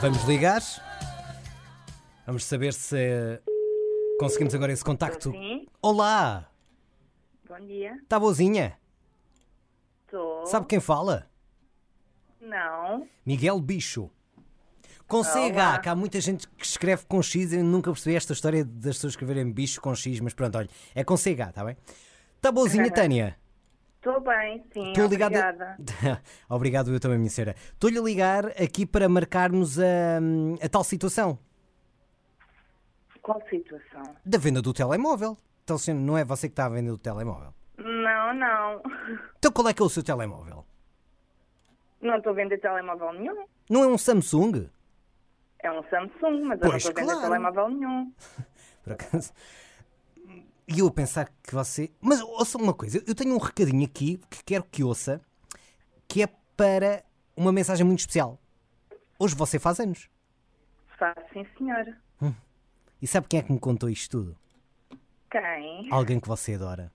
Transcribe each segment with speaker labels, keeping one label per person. Speaker 1: Vamos ligar. Vamos saber se eh, conseguimos agora esse contacto.
Speaker 2: Sim,
Speaker 1: Olá!
Speaker 2: bom dia.
Speaker 1: Está boazinha?
Speaker 2: Estou.
Speaker 1: Sabe quem fala?
Speaker 2: Não.
Speaker 1: Miguel Bicho. Com CH,
Speaker 2: Olá.
Speaker 1: que há muita gente que escreve com X e eu nunca percebi esta história das pessoas escreverem bicho com X, mas pronto, olha, é com CH, está bem? Está boazinha, Tânia?
Speaker 2: Estou bem, sim.
Speaker 1: Estou ligado.
Speaker 2: Obrigada.
Speaker 1: Obrigado, eu também, minha senhora. Estou-lhe a ligar aqui para marcarmos a, a tal situação
Speaker 2: Qual situação?
Speaker 1: da venda do telemóvel. Então, senhora, não é você que está a vender o telemóvel.
Speaker 2: Não, não.
Speaker 1: Então, qual é que é o seu telemóvel?
Speaker 2: Não estou a vender telemóvel nenhum.
Speaker 1: Não é um Samsung?
Speaker 2: É um Samsung, mas
Speaker 1: Pois,
Speaker 2: eu não estou a vender
Speaker 1: claro.
Speaker 2: telemóvel nenhum.
Speaker 1: Por acaso. E eu a pensar que você. Mas ouça uma coisa, eu tenho um recadinho aqui que quero que ouça, que é para uma mensagem muito especial. Hoje você faz anos.
Speaker 2: Faço, sim, senhor.
Speaker 1: E sabe quem é que me contou isto tudo?
Speaker 2: Quem?
Speaker 1: Alguém que você adora.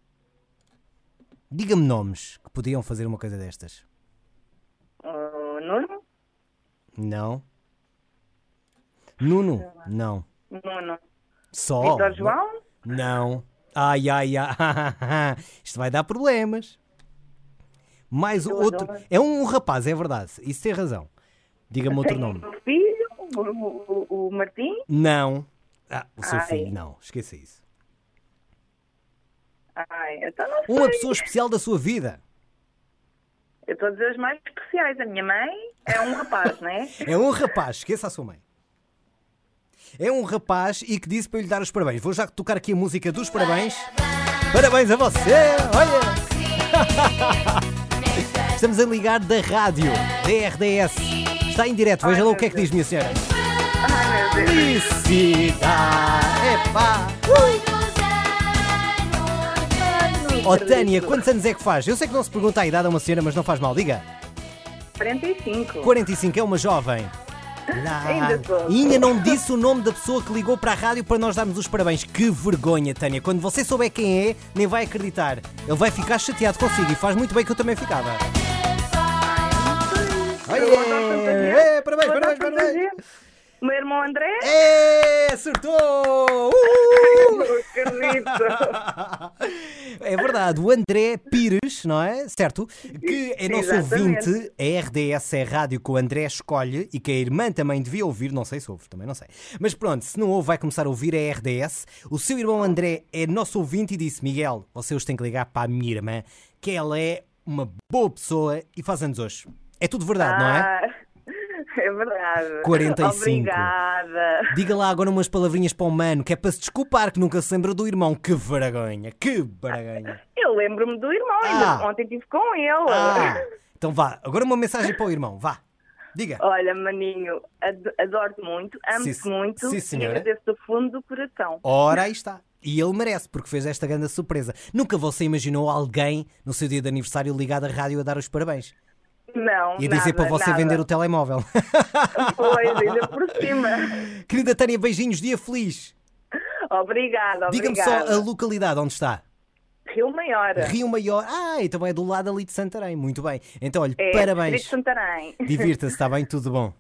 Speaker 1: Diga-me nomes que podiam fazer uma coisa destas. Ah.
Speaker 2: O Nuno?
Speaker 1: Não? Nuno? Não.
Speaker 2: Nuno.
Speaker 1: Só?
Speaker 2: Vitor João?
Speaker 1: Não. Ai, ai, ai. Isto vai dar problemas. Mais
Speaker 2: Duas
Speaker 1: outro.
Speaker 2: horas.
Speaker 1: É um rapaz, é verdade. Isso tem razão. Diga-me outro
Speaker 2: Tenho
Speaker 1: nome.
Speaker 2: um filho, o, o, o Martim?
Speaker 1: Não. Ah, o seu
Speaker 2: Ai.
Speaker 1: filho, não. Esqueça isso.
Speaker 2: Ai, então não sei.
Speaker 1: Uma pessoa especial da sua vida.
Speaker 2: Eu estou a dizer os mais especiais. A minha mãe é um rapaz, não é?
Speaker 1: É um rapaz. Esqueça a sua mãe. É um rapaz e que disse para eu lhe dar os parabéns. Vou já tocar aqui a música dos parabéns. Parabéns a você! Olha! Estamos a ligar da rádio, da RDS. Está em direto, veja lá o que é que diz, minha senhora.
Speaker 2: Ai, meu Deus.
Speaker 1: Felicidade! Epá! Ó Tânia, quantos anos é que faz? Eu sei que não se pergunta a idade a uma senhora, mas não faz mal, diga.
Speaker 2: 45.
Speaker 1: 45 é uma jovem. Lá.
Speaker 2: Ainda sou.
Speaker 1: E ainda não disse o nome da pessoa que ligou para a rádio para nós darmos os parabéns. Que vergonha, Tânia. Quando você souber quem é, nem vai acreditar. Ele vai ficar chateado consigo e faz muito bem que eu também ficava. Olha!
Speaker 2: Eu adoro tanta gente.
Speaker 1: É, parabéns,
Speaker 2: Eu adoro
Speaker 1: parabéns,
Speaker 2: tanta
Speaker 1: parabéns!
Speaker 2: gente. Meu irmão André?
Speaker 1: É, acertou! Uhul!
Speaker 2: Não acredito.
Speaker 1: É verdade, o André Pires, não é? Certo? Que é nosso
Speaker 2: Exatamente.
Speaker 1: ouvinte, a RDS é a rádio que o André escolhe e que a irmã também devia ouvir, não sei se ouve, também não sei. Mas pronto, se não ouve, vai começar a ouvir é a RDS. O seu irmão André é nosso ouvinte e disse: Miguel, você hoje tem que ligar para a minha irmã, que ela é uma boa pessoa e faz anos hoje. É tudo verdade, não é?
Speaker 2: Ah, é verdade.
Speaker 1: 45.
Speaker 2: Obrigada.
Speaker 1: Diga lá agora umas palavrinhas para o mano, que é para se desculpar que nunca se lembra do irmão. Que vergonha, que vergonha.
Speaker 2: Eu lembro-me do irmão, ainda
Speaker 1: Ah.
Speaker 2: ontem estive com ele.
Speaker 1: Ah, então vá, agora uma mensagem para o irmão, vá. Diga.
Speaker 2: Olha, maninho, ad- adoro-te muito, amo-te
Speaker 1: Sim,
Speaker 2: muito
Speaker 1: sim,
Speaker 2: e
Speaker 1: senhora.
Speaker 2: agradeço do fundo do coração.
Speaker 1: Ora, aí está. E ele merece, porque fez esta grande surpresa. Nunca você imaginou alguém no seu dia de aniversário ligado à rádio a dar os parabéns
Speaker 2: Não,
Speaker 1: e a dizer
Speaker 2: nada,
Speaker 1: para você
Speaker 2: nada.
Speaker 1: vender o telemóvel.
Speaker 2: Pois, ainda por cima.
Speaker 1: Querida Tânia, beijinhos, dia feliz.
Speaker 2: Obrigada,
Speaker 1: Diga-me
Speaker 2: obrigada. É.
Speaker 1: só a localidade onde está.
Speaker 2: Rio Maior.
Speaker 1: Rio Maior. Ah, então é do lado ali de Santarém. Muito bem. Então, olha,
Speaker 2: É,
Speaker 1: parabéns.
Speaker 2: Distrito de Santarém.
Speaker 1: Divirta-se, está bem? Tudo bom.